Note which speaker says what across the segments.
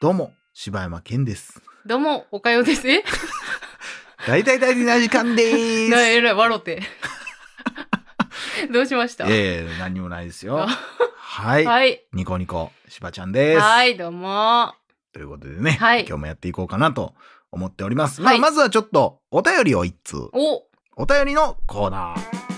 Speaker 1: どうも、柴山健です。
Speaker 2: どうも、おかようです。え
Speaker 1: 大体大事な時間でーす。
Speaker 2: な、えらい、笑って。どうしましたは
Speaker 1: ええ何にもないですよ。はい、
Speaker 2: い。
Speaker 1: ニコニコ、柴ちゃんです。
Speaker 2: はい、どうも。
Speaker 1: ということでね、
Speaker 2: はい
Speaker 1: 今日もやっていこうかなと思っております。
Speaker 2: はい
Speaker 1: まあ、まずはちょっと、お便りを一通。
Speaker 2: お、
Speaker 1: お便りのコーナー。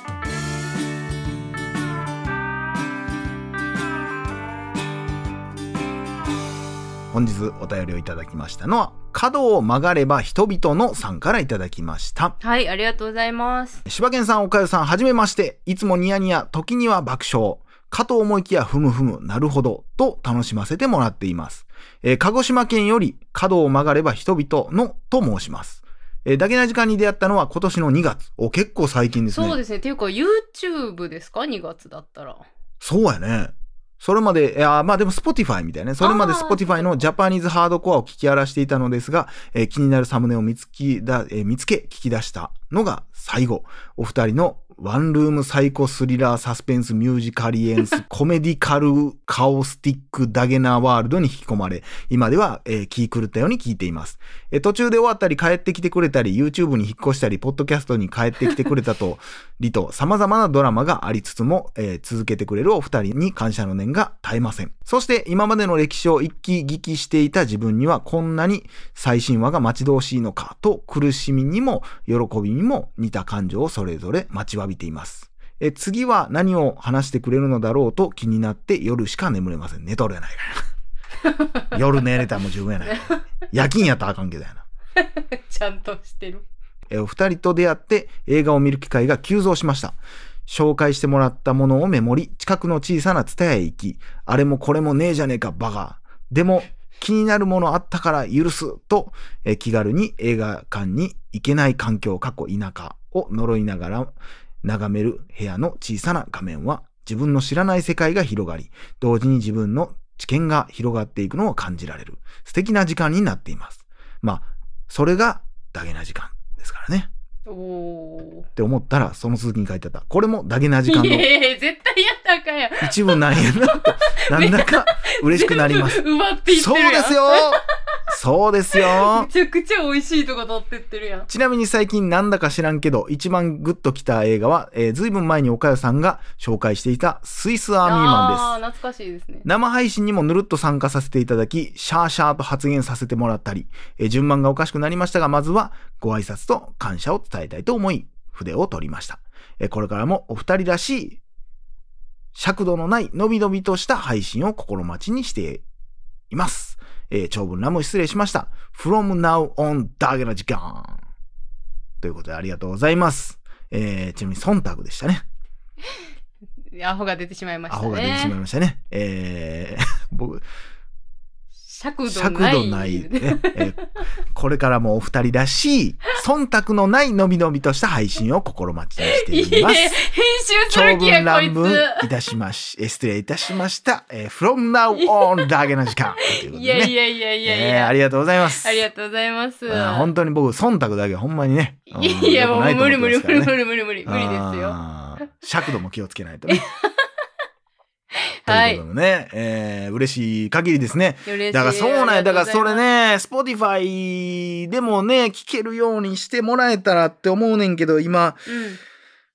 Speaker 1: 本日お便りをいただきましたのは角を曲がれば人々のさんからいただきました
Speaker 2: はい、ありがとうございます。
Speaker 1: 柴犬さんおかゆさんはじめましていつもニヤニヤ時には爆笑かと思いきやふむふむなるほどと楽しませてもらっています、えー鹿児島県より角を曲がれば人々のと申しますえーだけな時間に出会ったのは今年の2月。お、結構最近ですね。
Speaker 2: そうですね。っていうか、YouTube ですか ?2 月だったら。
Speaker 1: そうやね。それまで、いやまあでも Spotify みたいなね。それまで
Speaker 2: あー
Speaker 1: Spotify のジャパニーズハードコアを聞き荒らしていたのですが、えー気になるサムネを見つきだ、えー見つけ、聞き出したのが最後。お二人のワンルームサイコスリラーサスペンスミュージカリエンスコメディカルカオスティックダゲナワールドに引き込まれ、今では、えー気狂ったように聞いています。えー途中で終わったり帰ってきてくれたり、YouTube に引っ越したり、ポッドキャストに帰ってきてくれたと、りと様々なドラマがありつつも、えー続けてくれるお二人に感謝の念が絶えません。そして今までの歴史を一気聞きしていた自分にはこんなに最新話が待ち遠しいのかと苦しみにも喜びにも似た感情をそれぞれ待ちわびています。え次は何を話してくれるのだろうと気になって夜しか眠れません。寝とるやないかいな。夜寝れたらもう十分やないかい。夜勤やったらあかんけどやな。
Speaker 2: ちゃんとしてる。
Speaker 1: えーお二人と出会って映画を見る機会が急増しました。紹介してもらったものをメモり、近くの小さなツタヤへ行き、あれもこれもねえじゃねえか、バカ。でも、気になるものあったから許すと、えー気軽に映画館に行けない環境、過去田舎を呪いながら眺める部屋の小さな画面は、自分の知らない世界が広がり、同時に自分の知見が広がっていくのを感じられる、素敵な時間になっています。まあ、それがダゲな時間ですからね。
Speaker 2: おー
Speaker 1: っ。て思ったら、その続きに書いてあった。これもダゲな時間
Speaker 2: い
Speaker 1: の
Speaker 2: やいや、絶対やったらあかんやん。
Speaker 1: 一部なんやな と、なんだか嬉しくなります。
Speaker 2: 全部奪っていって
Speaker 1: そう
Speaker 2: るやん。
Speaker 1: ですよそうですよ
Speaker 2: めちゃくちゃ美味しいとこ取ってってるやん。
Speaker 1: ちなみに最近なんだか知らんけど、一番グッときた映画は、えー、ずいぶん前に岡谷さんが紹介していたスイスアーミーマ
Speaker 2: あ
Speaker 1: ンです。
Speaker 2: ー懐かしいですね。
Speaker 1: 生配信にもぬるっと参加させていただき、シャーシャーと発言させてもらったり、えー順番がおかしくなりましたが、まずはご挨拶と感謝を伝えたいと思い、筆を取りました。えーこれからもお二人らしい、尺度のない、のびのびとした配信を心待ちにしています。えー長文乱も失礼しました。from now on だけの時間。ということでありがとうございます。えーちなみに忖度でしたね。
Speaker 2: アホが出てしまいまし
Speaker 1: ア
Speaker 2: たね。
Speaker 1: ホが出てしまいましたね。えー 僕、
Speaker 2: 尺度
Speaker 1: 尺
Speaker 2: ない。
Speaker 1: 度ない、ねえー これからもお二人らしい忖度のないのびのびとした配信を心待ちにしてい
Speaker 2: いや
Speaker 1: ま
Speaker 2: 編集
Speaker 1: す
Speaker 2: す
Speaker 1: 長
Speaker 2: る
Speaker 1: 文
Speaker 2: 気やこい
Speaker 1: 乱文
Speaker 2: つ
Speaker 1: いたしましえー失礼いたしました、えー From now on だけの時間ということ
Speaker 2: い
Speaker 1: で
Speaker 2: やい
Speaker 1: ね
Speaker 2: やいやいやい
Speaker 1: えーあ
Speaker 2: や、
Speaker 1: りがとうございます
Speaker 2: ありがとうございます
Speaker 1: あー本当に僕忖度だけはほんまにねうん
Speaker 2: いや
Speaker 1: 良
Speaker 2: も
Speaker 1: く
Speaker 2: う
Speaker 1: ないと
Speaker 2: 無
Speaker 1: 思
Speaker 2: 理
Speaker 1: ってま
Speaker 2: 無理
Speaker 1: す
Speaker 2: 無
Speaker 1: から
Speaker 2: 理
Speaker 1: ね
Speaker 2: 無理無理無理無理ですよ
Speaker 1: あー尺度も気をつけないと ね
Speaker 2: はい
Speaker 1: ということでね、えー嬉しい限りですね
Speaker 2: 嬉しい
Speaker 1: だからそうなん
Speaker 2: あ
Speaker 1: や。
Speaker 2: りが
Speaker 1: だ
Speaker 2: と
Speaker 1: か
Speaker 2: う
Speaker 1: らそ
Speaker 2: ござ
Speaker 1: れ
Speaker 2: います
Speaker 1: ね、Spotify でもね、聞けるようにしてもらえたらって思うねんけど、今、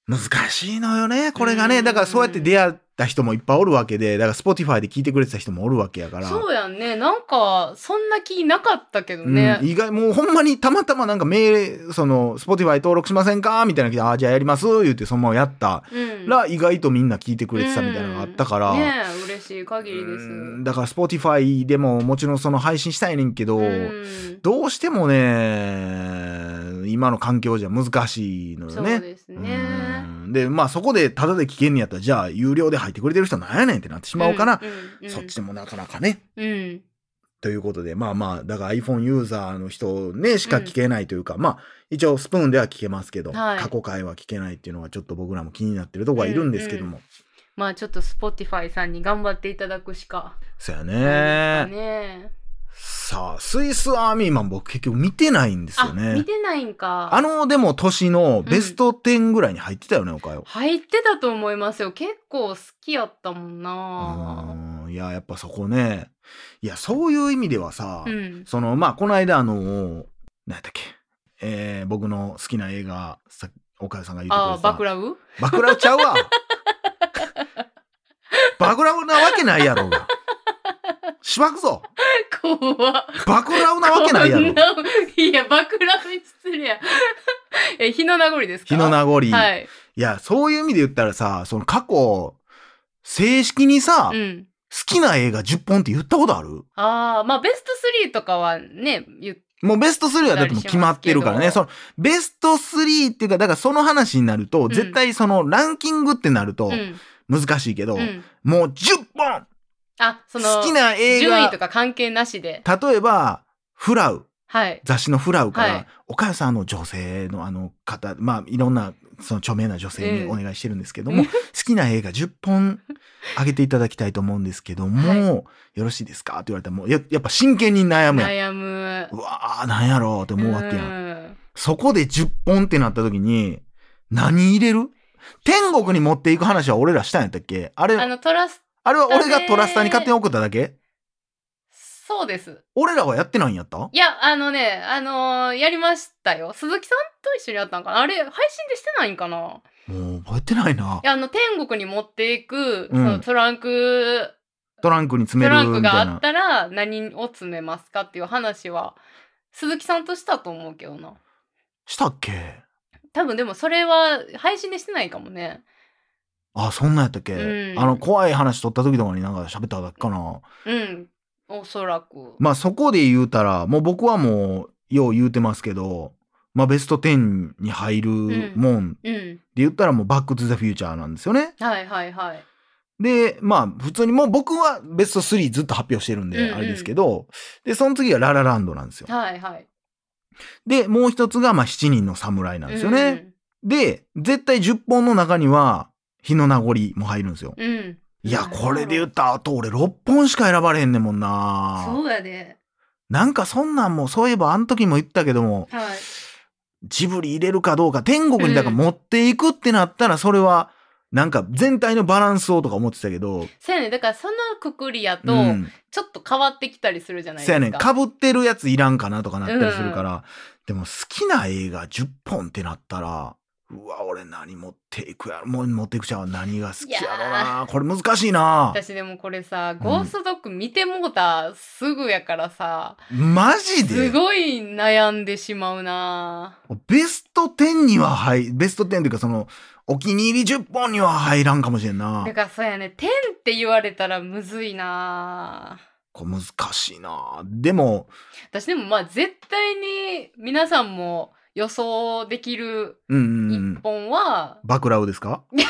Speaker 1: 難しいのよね、これが
Speaker 2: う
Speaker 1: ね。
Speaker 2: ん
Speaker 1: だからそうやって出会った人もいっぱいおるわけで、だから Spotify で聞いてくれてた人もおるわけやか
Speaker 2: うん
Speaker 1: ら。
Speaker 2: そうやんねなんかそんな気なかったけどね、
Speaker 1: うん、意外もうほんまにたまたまなんかメールその Spotify 登録しませんかみたいなの来てあーじゃあやります言ってそのままやった
Speaker 2: うん
Speaker 1: ら意外とみんな聞いてくれてたみたいなのがあったから、
Speaker 2: うんねえ嬉しい限りです
Speaker 1: うんだから Spotify でももちろんその配信したいねんけど、
Speaker 2: うん
Speaker 1: どうしてもね、今の環境じゃ難しいのよ
Speaker 2: そう
Speaker 1: ね。
Speaker 2: ですね
Speaker 1: うんで、まあそこでタダで聞けんのやったら、じゃあ有料で入ってくれてる人なんやねんってなってしまうから、
Speaker 2: んうんうん
Speaker 1: そっちでもなかなかね。
Speaker 2: うん
Speaker 1: ということで、まあまあ、だから iPhone ユーザーの人ね、しか聞けないというか、まあ一応スプーンでは聞けますけど、
Speaker 2: はい
Speaker 1: 過去回は聞けないっていうのはちょっと僕らも気になってるとこはいるんですけども。
Speaker 2: まあちょっと Spotify さんに頑張っていただくしか
Speaker 1: そうや
Speaker 2: ないですか
Speaker 1: ね。
Speaker 2: ね
Speaker 1: さあ、スイスアーミーマン僕結局見てないんですよ
Speaker 2: あ、見
Speaker 1: ね。
Speaker 2: てないんか。
Speaker 1: あの、でも年のベスト10ぐらいに入ってたよね、おかよ。
Speaker 2: 入ってたと思いますよ。結構好きやったもんな。
Speaker 1: うんいや、やっぱそこね。いや、そういう意味ではさ、
Speaker 2: うん。
Speaker 1: その、まあ、この間、あの、何やったっけ、えー僕の好きな映画、さおかよさんが言ってく
Speaker 2: あ
Speaker 1: れ
Speaker 2: あ、
Speaker 1: てた。
Speaker 2: バクラウ
Speaker 1: バクラウちゃうわ。バクラウなわけないやろうが。しばくぞ。
Speaker 2: 怖っ。
Speaker 1: バクラウなわけないや
Speaker 2: こ
Speaker 1: ろ
Speaker 2: ん。ないや、バクラウに失礼や。 え、日の名残ですか
Speaker 1: 日の名残。、
Speaker 2: はいい。
Speaker 1: や、そういう意味で言ったらさ、その過去、正式にさ、好
Speaker 2: うん。
Speaker 1: きな映画10本って言ったことある
Speaker 2: ああ、まあ、ベスト3とかはね、言っ
Speaker 1: もうベスト3はだってもう決まってるからね。
Speaker 2: し
Speaker 1: その、ベスト3っていうか、だからその話になると、
Speaker 2: ん
Speaker 1: 絶対そのランキングってなると
Speaker 2: うん。
Speaker 1: 難しいけど、
Speaker 2: うん。
Speaker 1: もう10本
Speaker 2: あ、その、
Speaker 1: 好きな映
Speaker 2: 順位と
Speaker 1: 画、
Speaker 2: か関係なしで。
Speaker 1: 例えば、フラウ。
Speaker 2: はい。
Speaker 1: 雑誌のフラウから、
Speaker 2: はい
Speaker 1: おかよさんあの女性のあの方、まあいろんなその著名な女性に
Speaker 2: うん
Speaker 1: お願いしてるんですけども、
Speaker 2: うん
Speaker 1: 好きな映画10本あげていただきたいと思うんですけども、
Speaker 2: はい
Speaker 1: よろしいですかって言われたらもうややっぱ真剣に悩むやん。
Speaker 2: 悩む
Speaker 1: う。わーなんやろうって思うわけやん。
Speaker 2: ん。
Speaker 1: そこで10本ってなった時に、何入れる天国に持っていく話は俺らしたんやったっけあれ、
Speaker 2: あ
Speaker 1: あ
Speaker 2: の、トラス、
Speaker 1: れは俺がトラスターに勝手に送っただけ
Speaker 2: そうです。
Speaker 1: 俺らはやってないんやった
Speaker 2: いや、あのね、あのーやりましたよ。鈴木さんと一緒にやったんかなあれ、配信でしてないんかな。
Speaker 1: もう覚えてないない
Speaker 2: や、あの、天国に持っていく、
Speaker 1: うん
Speaker 2: そのトランク、
Speaker 1: トランクに詰
Speaker 2: ト
Speaker 1: め
Speaker 2: ラ
Speaker 1: る
Speaker 2: ンク
Speaker 1: み
Speaker 2: が
Speaker 1: たい
Speaker 2: あ
Speaker 1: な
Speaker 2: っ。たら何を詰めますかっていう話は、鈴木さんとしたと思うけどな。
Speaker 1: したっけ
Speaker 2: 多分でもそれは配信でしてないかもね。
Speaker 1: あ、そんなんやったっけ、
Speaker 2: うん
Speaker 1: あの、怖い話撮った時とかになんか喋っただけかな。
Speaker 2: うん。おそらく。
Speaker 1: まあ、そこで言うたら、もう僕はもう、よう言うてますけど、まあ、ベスト10に入るもんって
Speaker 2: うん。
Speaker 1: 言ったらもう、バックトゥザフューチャーなんですよね。
Speaker 2: はいはいはい。
Speaker 1: で、まあ、普通にもう僕はベスト3ずっと発表してるん
Speaker 2: うんう
Speaker 1: で、
Speaker 2: ん
Speaker 1: あれですけど、で、その次がララランドなんですよ。
Speaker 2: はいはい。
Speaker 1: で、もう一つが、まあ、7人の侍なんですよね。で、絶対10本の中には、日の名残も入るんですよ。
Speaker 2: うん。うん。
Speaker 1: いや、これで言ったら、あと俺6本しか選ばれへんねんもんな。
Speaker 2: そうやで。
Speaker 1: なんかそんなんも、そういえばあの時も言ったけども、
Speaker 2: はい。
Speaker 1: ジブリ入れるかどうか、天国にだから持っていくってなったら、それは、なんか全体のバランスをとか思ってたけど、
Speaker 2: そうやね。だからそのくくりやと、
Speaker 1: うん。
Speaker 2: ちょっと変わってきたりするじゃない
Speaker 1: そ
Speaker 2: です
Speaker 1: や
Speaker 2: か。
Speaker 1: ねん、被ってるやついらんかなとかなったりするから、でも好きな映画10本ってなったら、うわ、俺何持っていくやろ、もう持っていくちゃう何が好きやろな。これ難しいな。
Speaker 2: 私でもこれさ、ゴーストドッグ見てもうたすぐやからさ、
Speaker 1: マジです
Speaker 2: ごい悩んでしまうな
Speaker 1: ベスト10には入、ベスト10というかその、お気に入り10本には入らんかもしれんな
Speaker 2: だ。からそうやね、天って言われたらむずいな
Speaker 1: こう難しいな。でも、
Speaker 2: 私でもまあ絶対に皆さんも予想できる
Speaker 1: うんうんうん
Speaker 2: 一。本は、
Speaker 1: バクラウですか
Speaker 2: いや、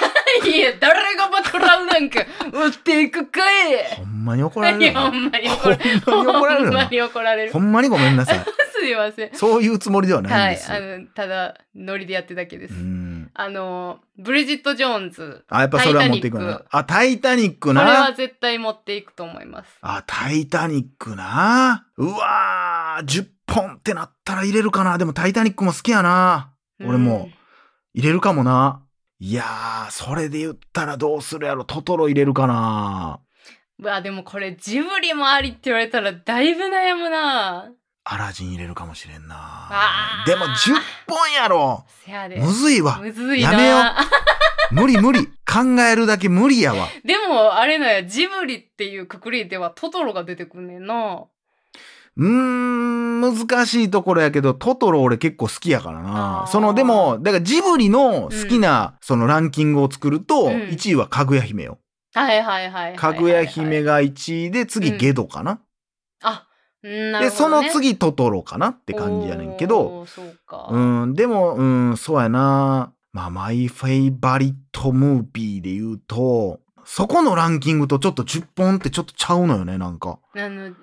Speaker 2: 誰がバトラウ なんか打っていくかい
Speaker 1: ほんまに怒られ
Speaker 2: い
Speaker 1: る
Speaker 2: や、ほ
Speaker 1: な。
Speaker 2: んまに怒
Speaker 1: ほ
Speaker 2: られる。
Speaker 1: んまに怒られ
Speaker 2: ほ
Speaker 1: る
Speaker 2: んま
Speaker 1: な。
Speaker 2: に怒られる
Speaker 1: ほ。んまにごめんなさい。
Speaker 2: すいません。
Speaker 1: そういうつもりではな
Speaker 2: は
Speaker 1: ん
Speaker 2: いい
Speaker 1: で、す。
Speaker 2: あの、ただ、ノリでやってるだけです。
Speaker 1: うん。
Speaker 2: あの、ブリジット・ジョーンズ。
Speaker 1: あ、やっぱそれは持っていく
Speaker 2: タイタニッ
Speaker 1: な
Speaker 2: ク。
Speaker 1: あ、タイタニック
Speaker 2: これは
Speaker 1: な。
Speaker 2: 絶対持っていくと思います。
Speaker 1: あ、タイタニックな。うわー、10本ってなったら入れるかな。でもタイタニックも好きやな。俺も入れるかもな。いやー、それで言ったらどうするやろトトロ入れるかな
Speaker 2: うん。うわ、でもこれジブリもありって言われたらだいぶ悩むな
Speaker 1: アラジン入れるかもしれんな
Speaker 2: あー
Speaker 1: でも10本やろ
Speaker 2: せやで。
Speaker 1: むずいわ
Speaker 2: むずいな
Speaker 1: やめよ無理無理考えるだけ無理やわ
Speaker 2: でも、あれなんや、ジブリっていうくくりではトトロが出てくんねんな。
Speaker 1: うーん、難しいところやけど、トトロ俺結構好きやから
Speaker 2: あ
Speaker 1: な
Speaker 2: ー。
Speaker 1: その、でも、だからジブリの好きな、そのランキングを作ると、
Speaker 2: うん
Speaker 1: 1位はかぐや姫よ。
Speaker 2: はいはいはいはいはいはい。
Speaker 1: かぐや姫が1位で、次ゲドかな。
Speaker 2: あ、うんな
Speaker 1: で、
Speaker 2: るほ
Speaker 1: そ
Speaker 2: ど、
Speaker 1: の
Speaker 2: ね。っ
Speaker 1: 次トトロかなって感じやねんけど、。
Speaker 2: そうか。
Speaker 1: うん、でも、うん、そうやな。まあ、マイフェイバリットムービーで言うと、そこのランキングとちょっと10本ってちょっとちゃうのよね、なんか。
Speaker 2: あの、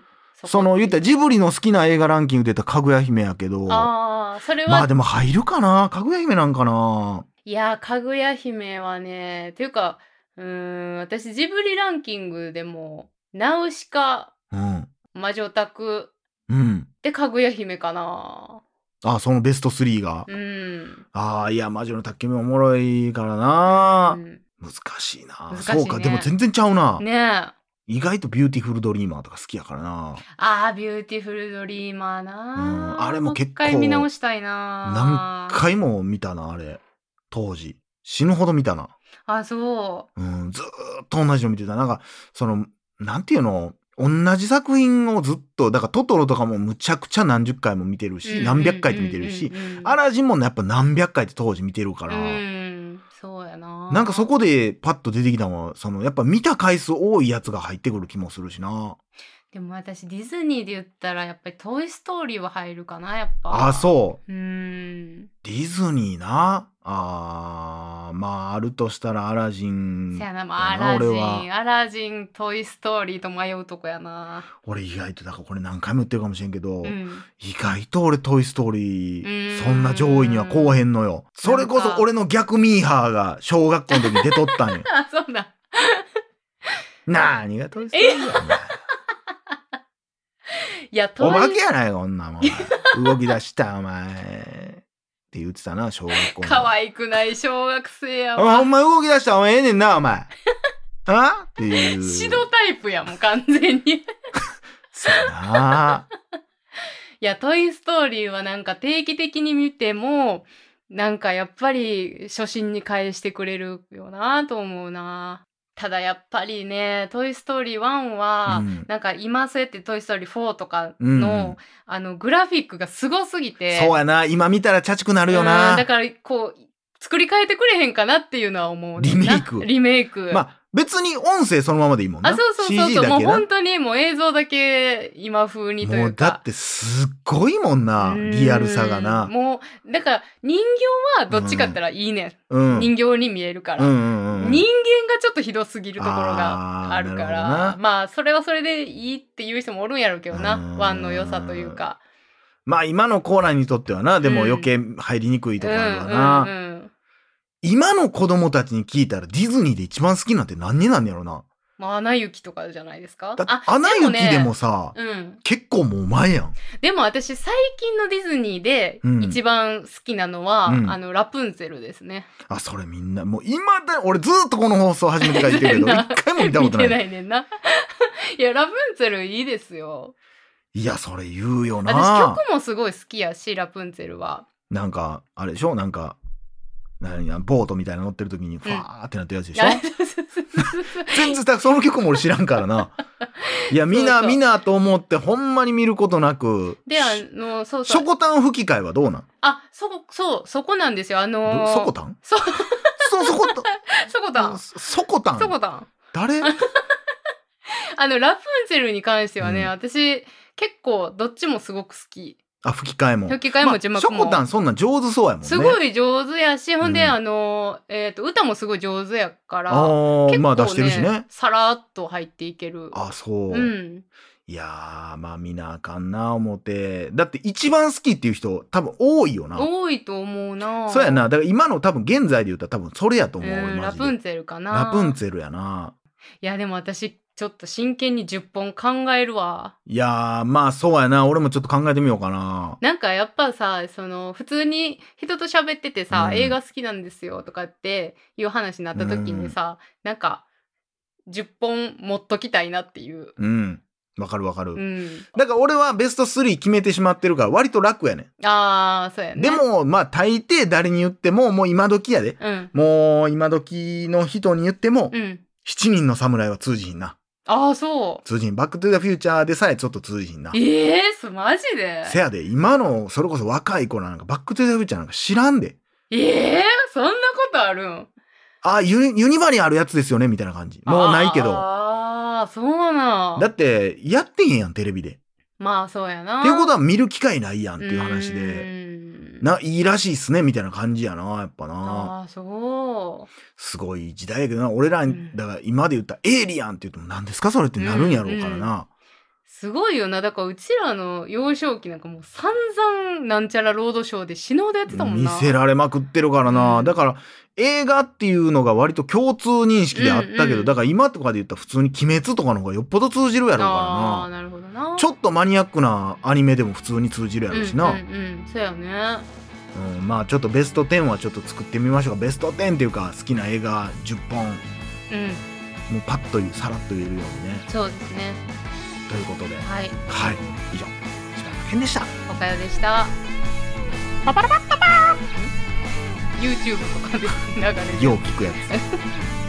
Speaker 2: こ
Speaker 1: その、言ったらジブリの好きな映画ランキングで言ったらかぐや姫やけど、ま
Speaker 2: ああ、それは、
Speaker 1: あでも入るかなかぐや姫なんかない
Speaker 2: やー、かぐや姫はね、っていうか、うーん、私ジブリランキングでも、ナウシカ、
Speaker 1: うん。
Speaker 2: 魔女宅
Speaker 1: うん。
Speaker 2: でかぐや姫かな
Speaker 1: あ、そのベスト3が。
Speaker 2: うん、
Speaker 1: ああ、いや、魔女の宅急便おもろいからな
Speaker 2: う、ん
Speaker 1: 難しいな
Speaker 2: 難しいね
Speaker 1: そうか、でも全然ちゃうな、
Speaker 2: ねえあ
Speaker 1: 意外とビューティフルドリーマーとか好きやからな
Speaker 2: あビューティフルドリーマーな、
Speaker 1: うんあれも結構
Speaker 2: う一回見直したい
Speaker 1: 何
Speaker 2: な
Speaker 1: 回も見たな、あれ。当時。死ぬほど見たな。
Speaker 2: あそ
Speaker 1: うん、ずーっと同じの見てた。なんか、その、なんていうの同じ作品をずっと、だからトトロとかもむちゃくちゃ何十回も見てる
Speaker 2: う
Speaker 1: し、何百回と見てるし、
Speaker 2: うんうんうん
Speaker 1: アラジンもやっぱ何百回って当時見てるから、
Speaker 2: うんそうやな
Speaker 1: なんかそ
Speaker 2: っ
Speaker 1: こでパッと出てきたのは、その、やっぱ見た回数多いやつが入ってくる気もするしな。
Speaker 2: でも私ディズニーで言ったらやっぱり「トイ・ストーリー」は入るかなやっぱ
Speaker 1: ああ、そう。
Speaker 2: うう
Speaker 1: デ
Speaker 2: ん
Speaker 1: ィズニーな。あー、まあ、あるとしたらアラジン。
Speaker 2: せやな、まあ、ア
Speaker 1: やな
Speaker 2: ラジ
Speaker 1: 俺は
Speaker 2: ン、アラジン、トイ・ストーリーと迷うとこやな。
Speaker 1: 俺意外と、だからこれ何回も言ってるかもしれんけど、
Speaker 2: うん。
Speaker 1: 意外と俺トイストーリ
Speaker 2: う
Speaker 1: ー、
Speaker 2: ん。
Speaker 1: そんな上位にはこうへんのよ。それこそ俺の逆ミーハーが小学校の時に出とったんよ
Speaker 2: あ、そうだ。
Speaker 1: なーにがトイストーリーやお前
Speaker 2: いや、ト
Speaker 1: お
Speaker 2: イ・
Speaker 1: 化けやないか、女も。動き出した、お前。って言ってたな、小学校の。
Speaker 2: 可愛くない小学生や
Speaker 1: お前、ほ
Speaker 2: わ。
Speaker 1: んま動き出した、お前ええねんな、お 前。あっていう。
Speaker 2: シドタイプやもん、完全に。 い
Speaker 1: そうやな。
Speaker 2: や、トイ・ストーリーはなんか定期的に見ても、なんかやっぱり初心に返してくれるよなと思うな。ただやっぱりね、トイ・ストーリー1は、
Speaker 1: うん
Speaker 2: なんか今そうやってトイ・ストーリー4とか
Speaker 1: うん
Speaker 2: の、あの、グラフィックがすごすぎて。
Speaker 1: そうやな。今見たらチャチくなるよ
Speaker 2: うん
Speaker 1: な
Speaker 2: だ。からこう作り変えてくれへんかなっていうのは思うねんな
Speaker 1: リメイク
Speaker 2: リメイク、
Speaker 1: まあ、別に音声そのままでいいもんな。
Speaker 2: あそうそうそう
Speaker 1: CG
Speaker 2: そう
Speaker 1: だ
Speaker 2: もう
Speaker 1: けな
Speaker 2: 本。当にもう映像だけ今風にとい
Speaker 1: も
Speaker 2: う
Speaker 1: うだ
Speaker 2: か
Speaker 1: ってすっごいもんな
Speaker 2: うん
Speaker 1: リアルさがな
Speaker 2: もうだから人形はどっちかったらいいね、
Speaker 1: うん
Speaker 2: ん、人形に見えるから、
Speaker 1: うんうんうん
Speaker 2: 人間がちょっとひどすぎるところがあるか
Speaker 1: あーなるほ
Speaker 2: ら
Speaker 1: どな
Speaker 2: まあそれはそれでいいっていう人もおるんやろうけど
Speaker 1: う
Speaker 2: なんワンの良さというか
Speaker 1: まあ今のコーラにとってはなでも
Speaker 2: うん
Speaker 1: 余計入りにくいとこあるわな、
Speaker 2: うんうんうん
Speaker 1: 今の子供たちに聞いたらディズニーで一番好きなんて何になんねやろな
Speaker 2: まあ「アナ雪」とかじゃないですか
Speaker 1: だって「アナ雪」でも
Speaker 2: ね
Speaker 1: さ
Speaker 2: うん、
Speaker 1: 結構もう前やん
Speaker 2: でも私最近のディズニーで
Speaker 1: うん
Speaker 2: 一番好きなのは、
Speaker 1: うん
Speaker 2: あのラプンツェルですね。
Speaker 1: あそれみんなもう今だ俺ずっとこの放送始めてから言ってるけど
Speaker 2: 見てない
Speaker 1: 一回も見たことない
Speaker 2: 見てないねんな。 いやラプンツェルいいですよ。
Speaker 1: いやそれ言うよ
Speaker 2: 私
Speaker 1: な
Speaker 2: 曲もすごい好きやしラプンツェルは。
Speaker 1: なんかあれでしょなんか何やボートみたいなの乗ってる時にファーってなってるやつでしょ、 全然だその曲も俺知らんから な。いや、み
Speaker 2: そう
Speaker 1: な、
Speaker 2: そう
Speaker 1: みなと思って、ほんまに見ることなく。
Speaker 2: であのそう
Speaker 1: しょ
Speaker 2: そう
Speaker 1: こたん吹き替えはどうなん
Speaker 2: あそこそうそこなんですよあのー、
Speaker 1: どそこたん
Speaker 2: そ
Speaker 1: そ、そこ
Speaker 2: そこ
Speaker 1: た
Speaker 2: だ
Speaker 1: ん。そこた
Speaker 2: そこ
Speaker 1: ん。
Speaker 2: だ。
Speaker 1: 誰
Speaker 2: あのラプンツェルに関してはね、
Speaker 1: うん
Speaker 2: 私結構どっちもすごく好き。
Speaker 1: あ、吹き替えも。
Speaker 2: 吹き替えも字幕も
Speaker 1: まあしょこたんそんなん上手そうやもんね。
Speaker 2: すごい上手やし、ほんで、
Speaker 1: うん
Speaker 2: あの、えっ、と、歌もすごい上手やから、
Speaker 1: あー、まあ出してるしね。
Speaker 2: さらっと入っていける。
Speaker 1: あ、そう。
Speaker 2: うん。
Speaker 1: いやー、まあ見なあかんな、思って。だって一番好きっていう人、多分多いよな。
Speaker 2: 多いと思うな
Speaker 1: そうやな。。だから今の多分現在で言ったら多分それやと
Speaker 2: う
Speaker 1: 思う。俺
Speaker 2: ん、
Speaker 1: マ
Speaker 2: ラ
Speaker 1: ジ
Speaker 2: プ
Speaker 1: で
Speaker 2: ンツェルかな。
Speaker 1: ラプンツェルやな。
Speaker 2: いや、でも私、ちょっと真剣に10本考えるわ。
Speaker 1: いやー、まあそうやな。俺もちょっと考えてみようかな。
Speaker 2: なんかやっぱさ、その、普通に人と喋っててさ、
Speaker 1: うん
Speaker 2: 映画好きなんですよとかっていう話になった時にさ、なんか、10本持っときたいなっていう。
Speaker 1: うん。わかるわかる。
Speaker 2: うん。
Speaker 1: だから俺はベスト3決めてしまってるから割と楽やね
Speaker 2: ああ、そうや
Speaker 1: ん。で、
Speaker 2: ね。
Speaker 1: も、まあ大抵誰に言っても、もう今時やで。
Speaker 2: うん。
Speaker 1: もう今時の人に言っても、
Speaker 2: うん。
Speaker 1: 7人の侍は通じひんな。
Speaker 2: ああ、そう。
Speaker 1: 通じひん。バックトゥザフューチャーでさえちょっと通じひんな。
Speaker 2: ええすマジで
Speaker 1: せやで、今の、それこそ若い子なんか、バックトゥザフューチャーなんか知らんで。
Speaker 2: ええそんなことあるん
Speaker 1: あ、ユニユニバにあるやつですよね、みたいな感じ。もうないけど。
Speaker 2: ああ、そうなん。
Speaker 1: だって、やってへんやん、テレビで。っ
Speaker 2: まあ、そうやな。
Speaker 1: ていうことは
Speaker 2: は
Speaker 1: 見る機会ないやんっていう話で。な、いいらしいっすね、みたいな感じやな、やっぱな。
Speaker 2: ああ、そう。
Speaker 1: すごい時代やけどな、俺ら
Speaker 2: う
Speaker 1: に
Speaker 2: ん、
Speaker 1: だから今で言ったらエイリアンって言っても何ですかそれってなるんやろうからな。
Speaker 2: すごいよな。だからうちらの幼少期なんかもう散々なんちゃらロードショーで死ぬほどやってたもん
Speaker 1: 見
Speaker 2: な。
Speaker 1: せられまくってるからな、
Speaker 2: うん
Speaker 1: だから映画っていうのが割と共通認識であったけど、
Speaker 2: うんうん
Speaker 1: だから今とかで言ったら普通に「鬼滅」とかの方がよっぽど通じるやろう
Speaker 2: ああ
Speaker 1: か
Speaker 2: ー、なるほどな。
Speaker 1: らなちょっとマニアックなアニメでも普通に通じるやろうしな、
Speaker 2: うんうんうん、そうやね。
Speaker 1: うんまあちょっとベスト10はちょっと作ってみましょうかベスト10っていうか好きな映画10本
Speaker 2: うん、
Speaker 1: もうパッと言うさらっと言えるようにね
Speaker 2: そうですね。
Speaker 1: ということで
Speaker 2: はい、
Speaker 1: はい以上柴田健でした
Speaker 2: おかよでした。パパラパッパパー YouTube とかで流れてる
Speaker 1: よう聞くやつ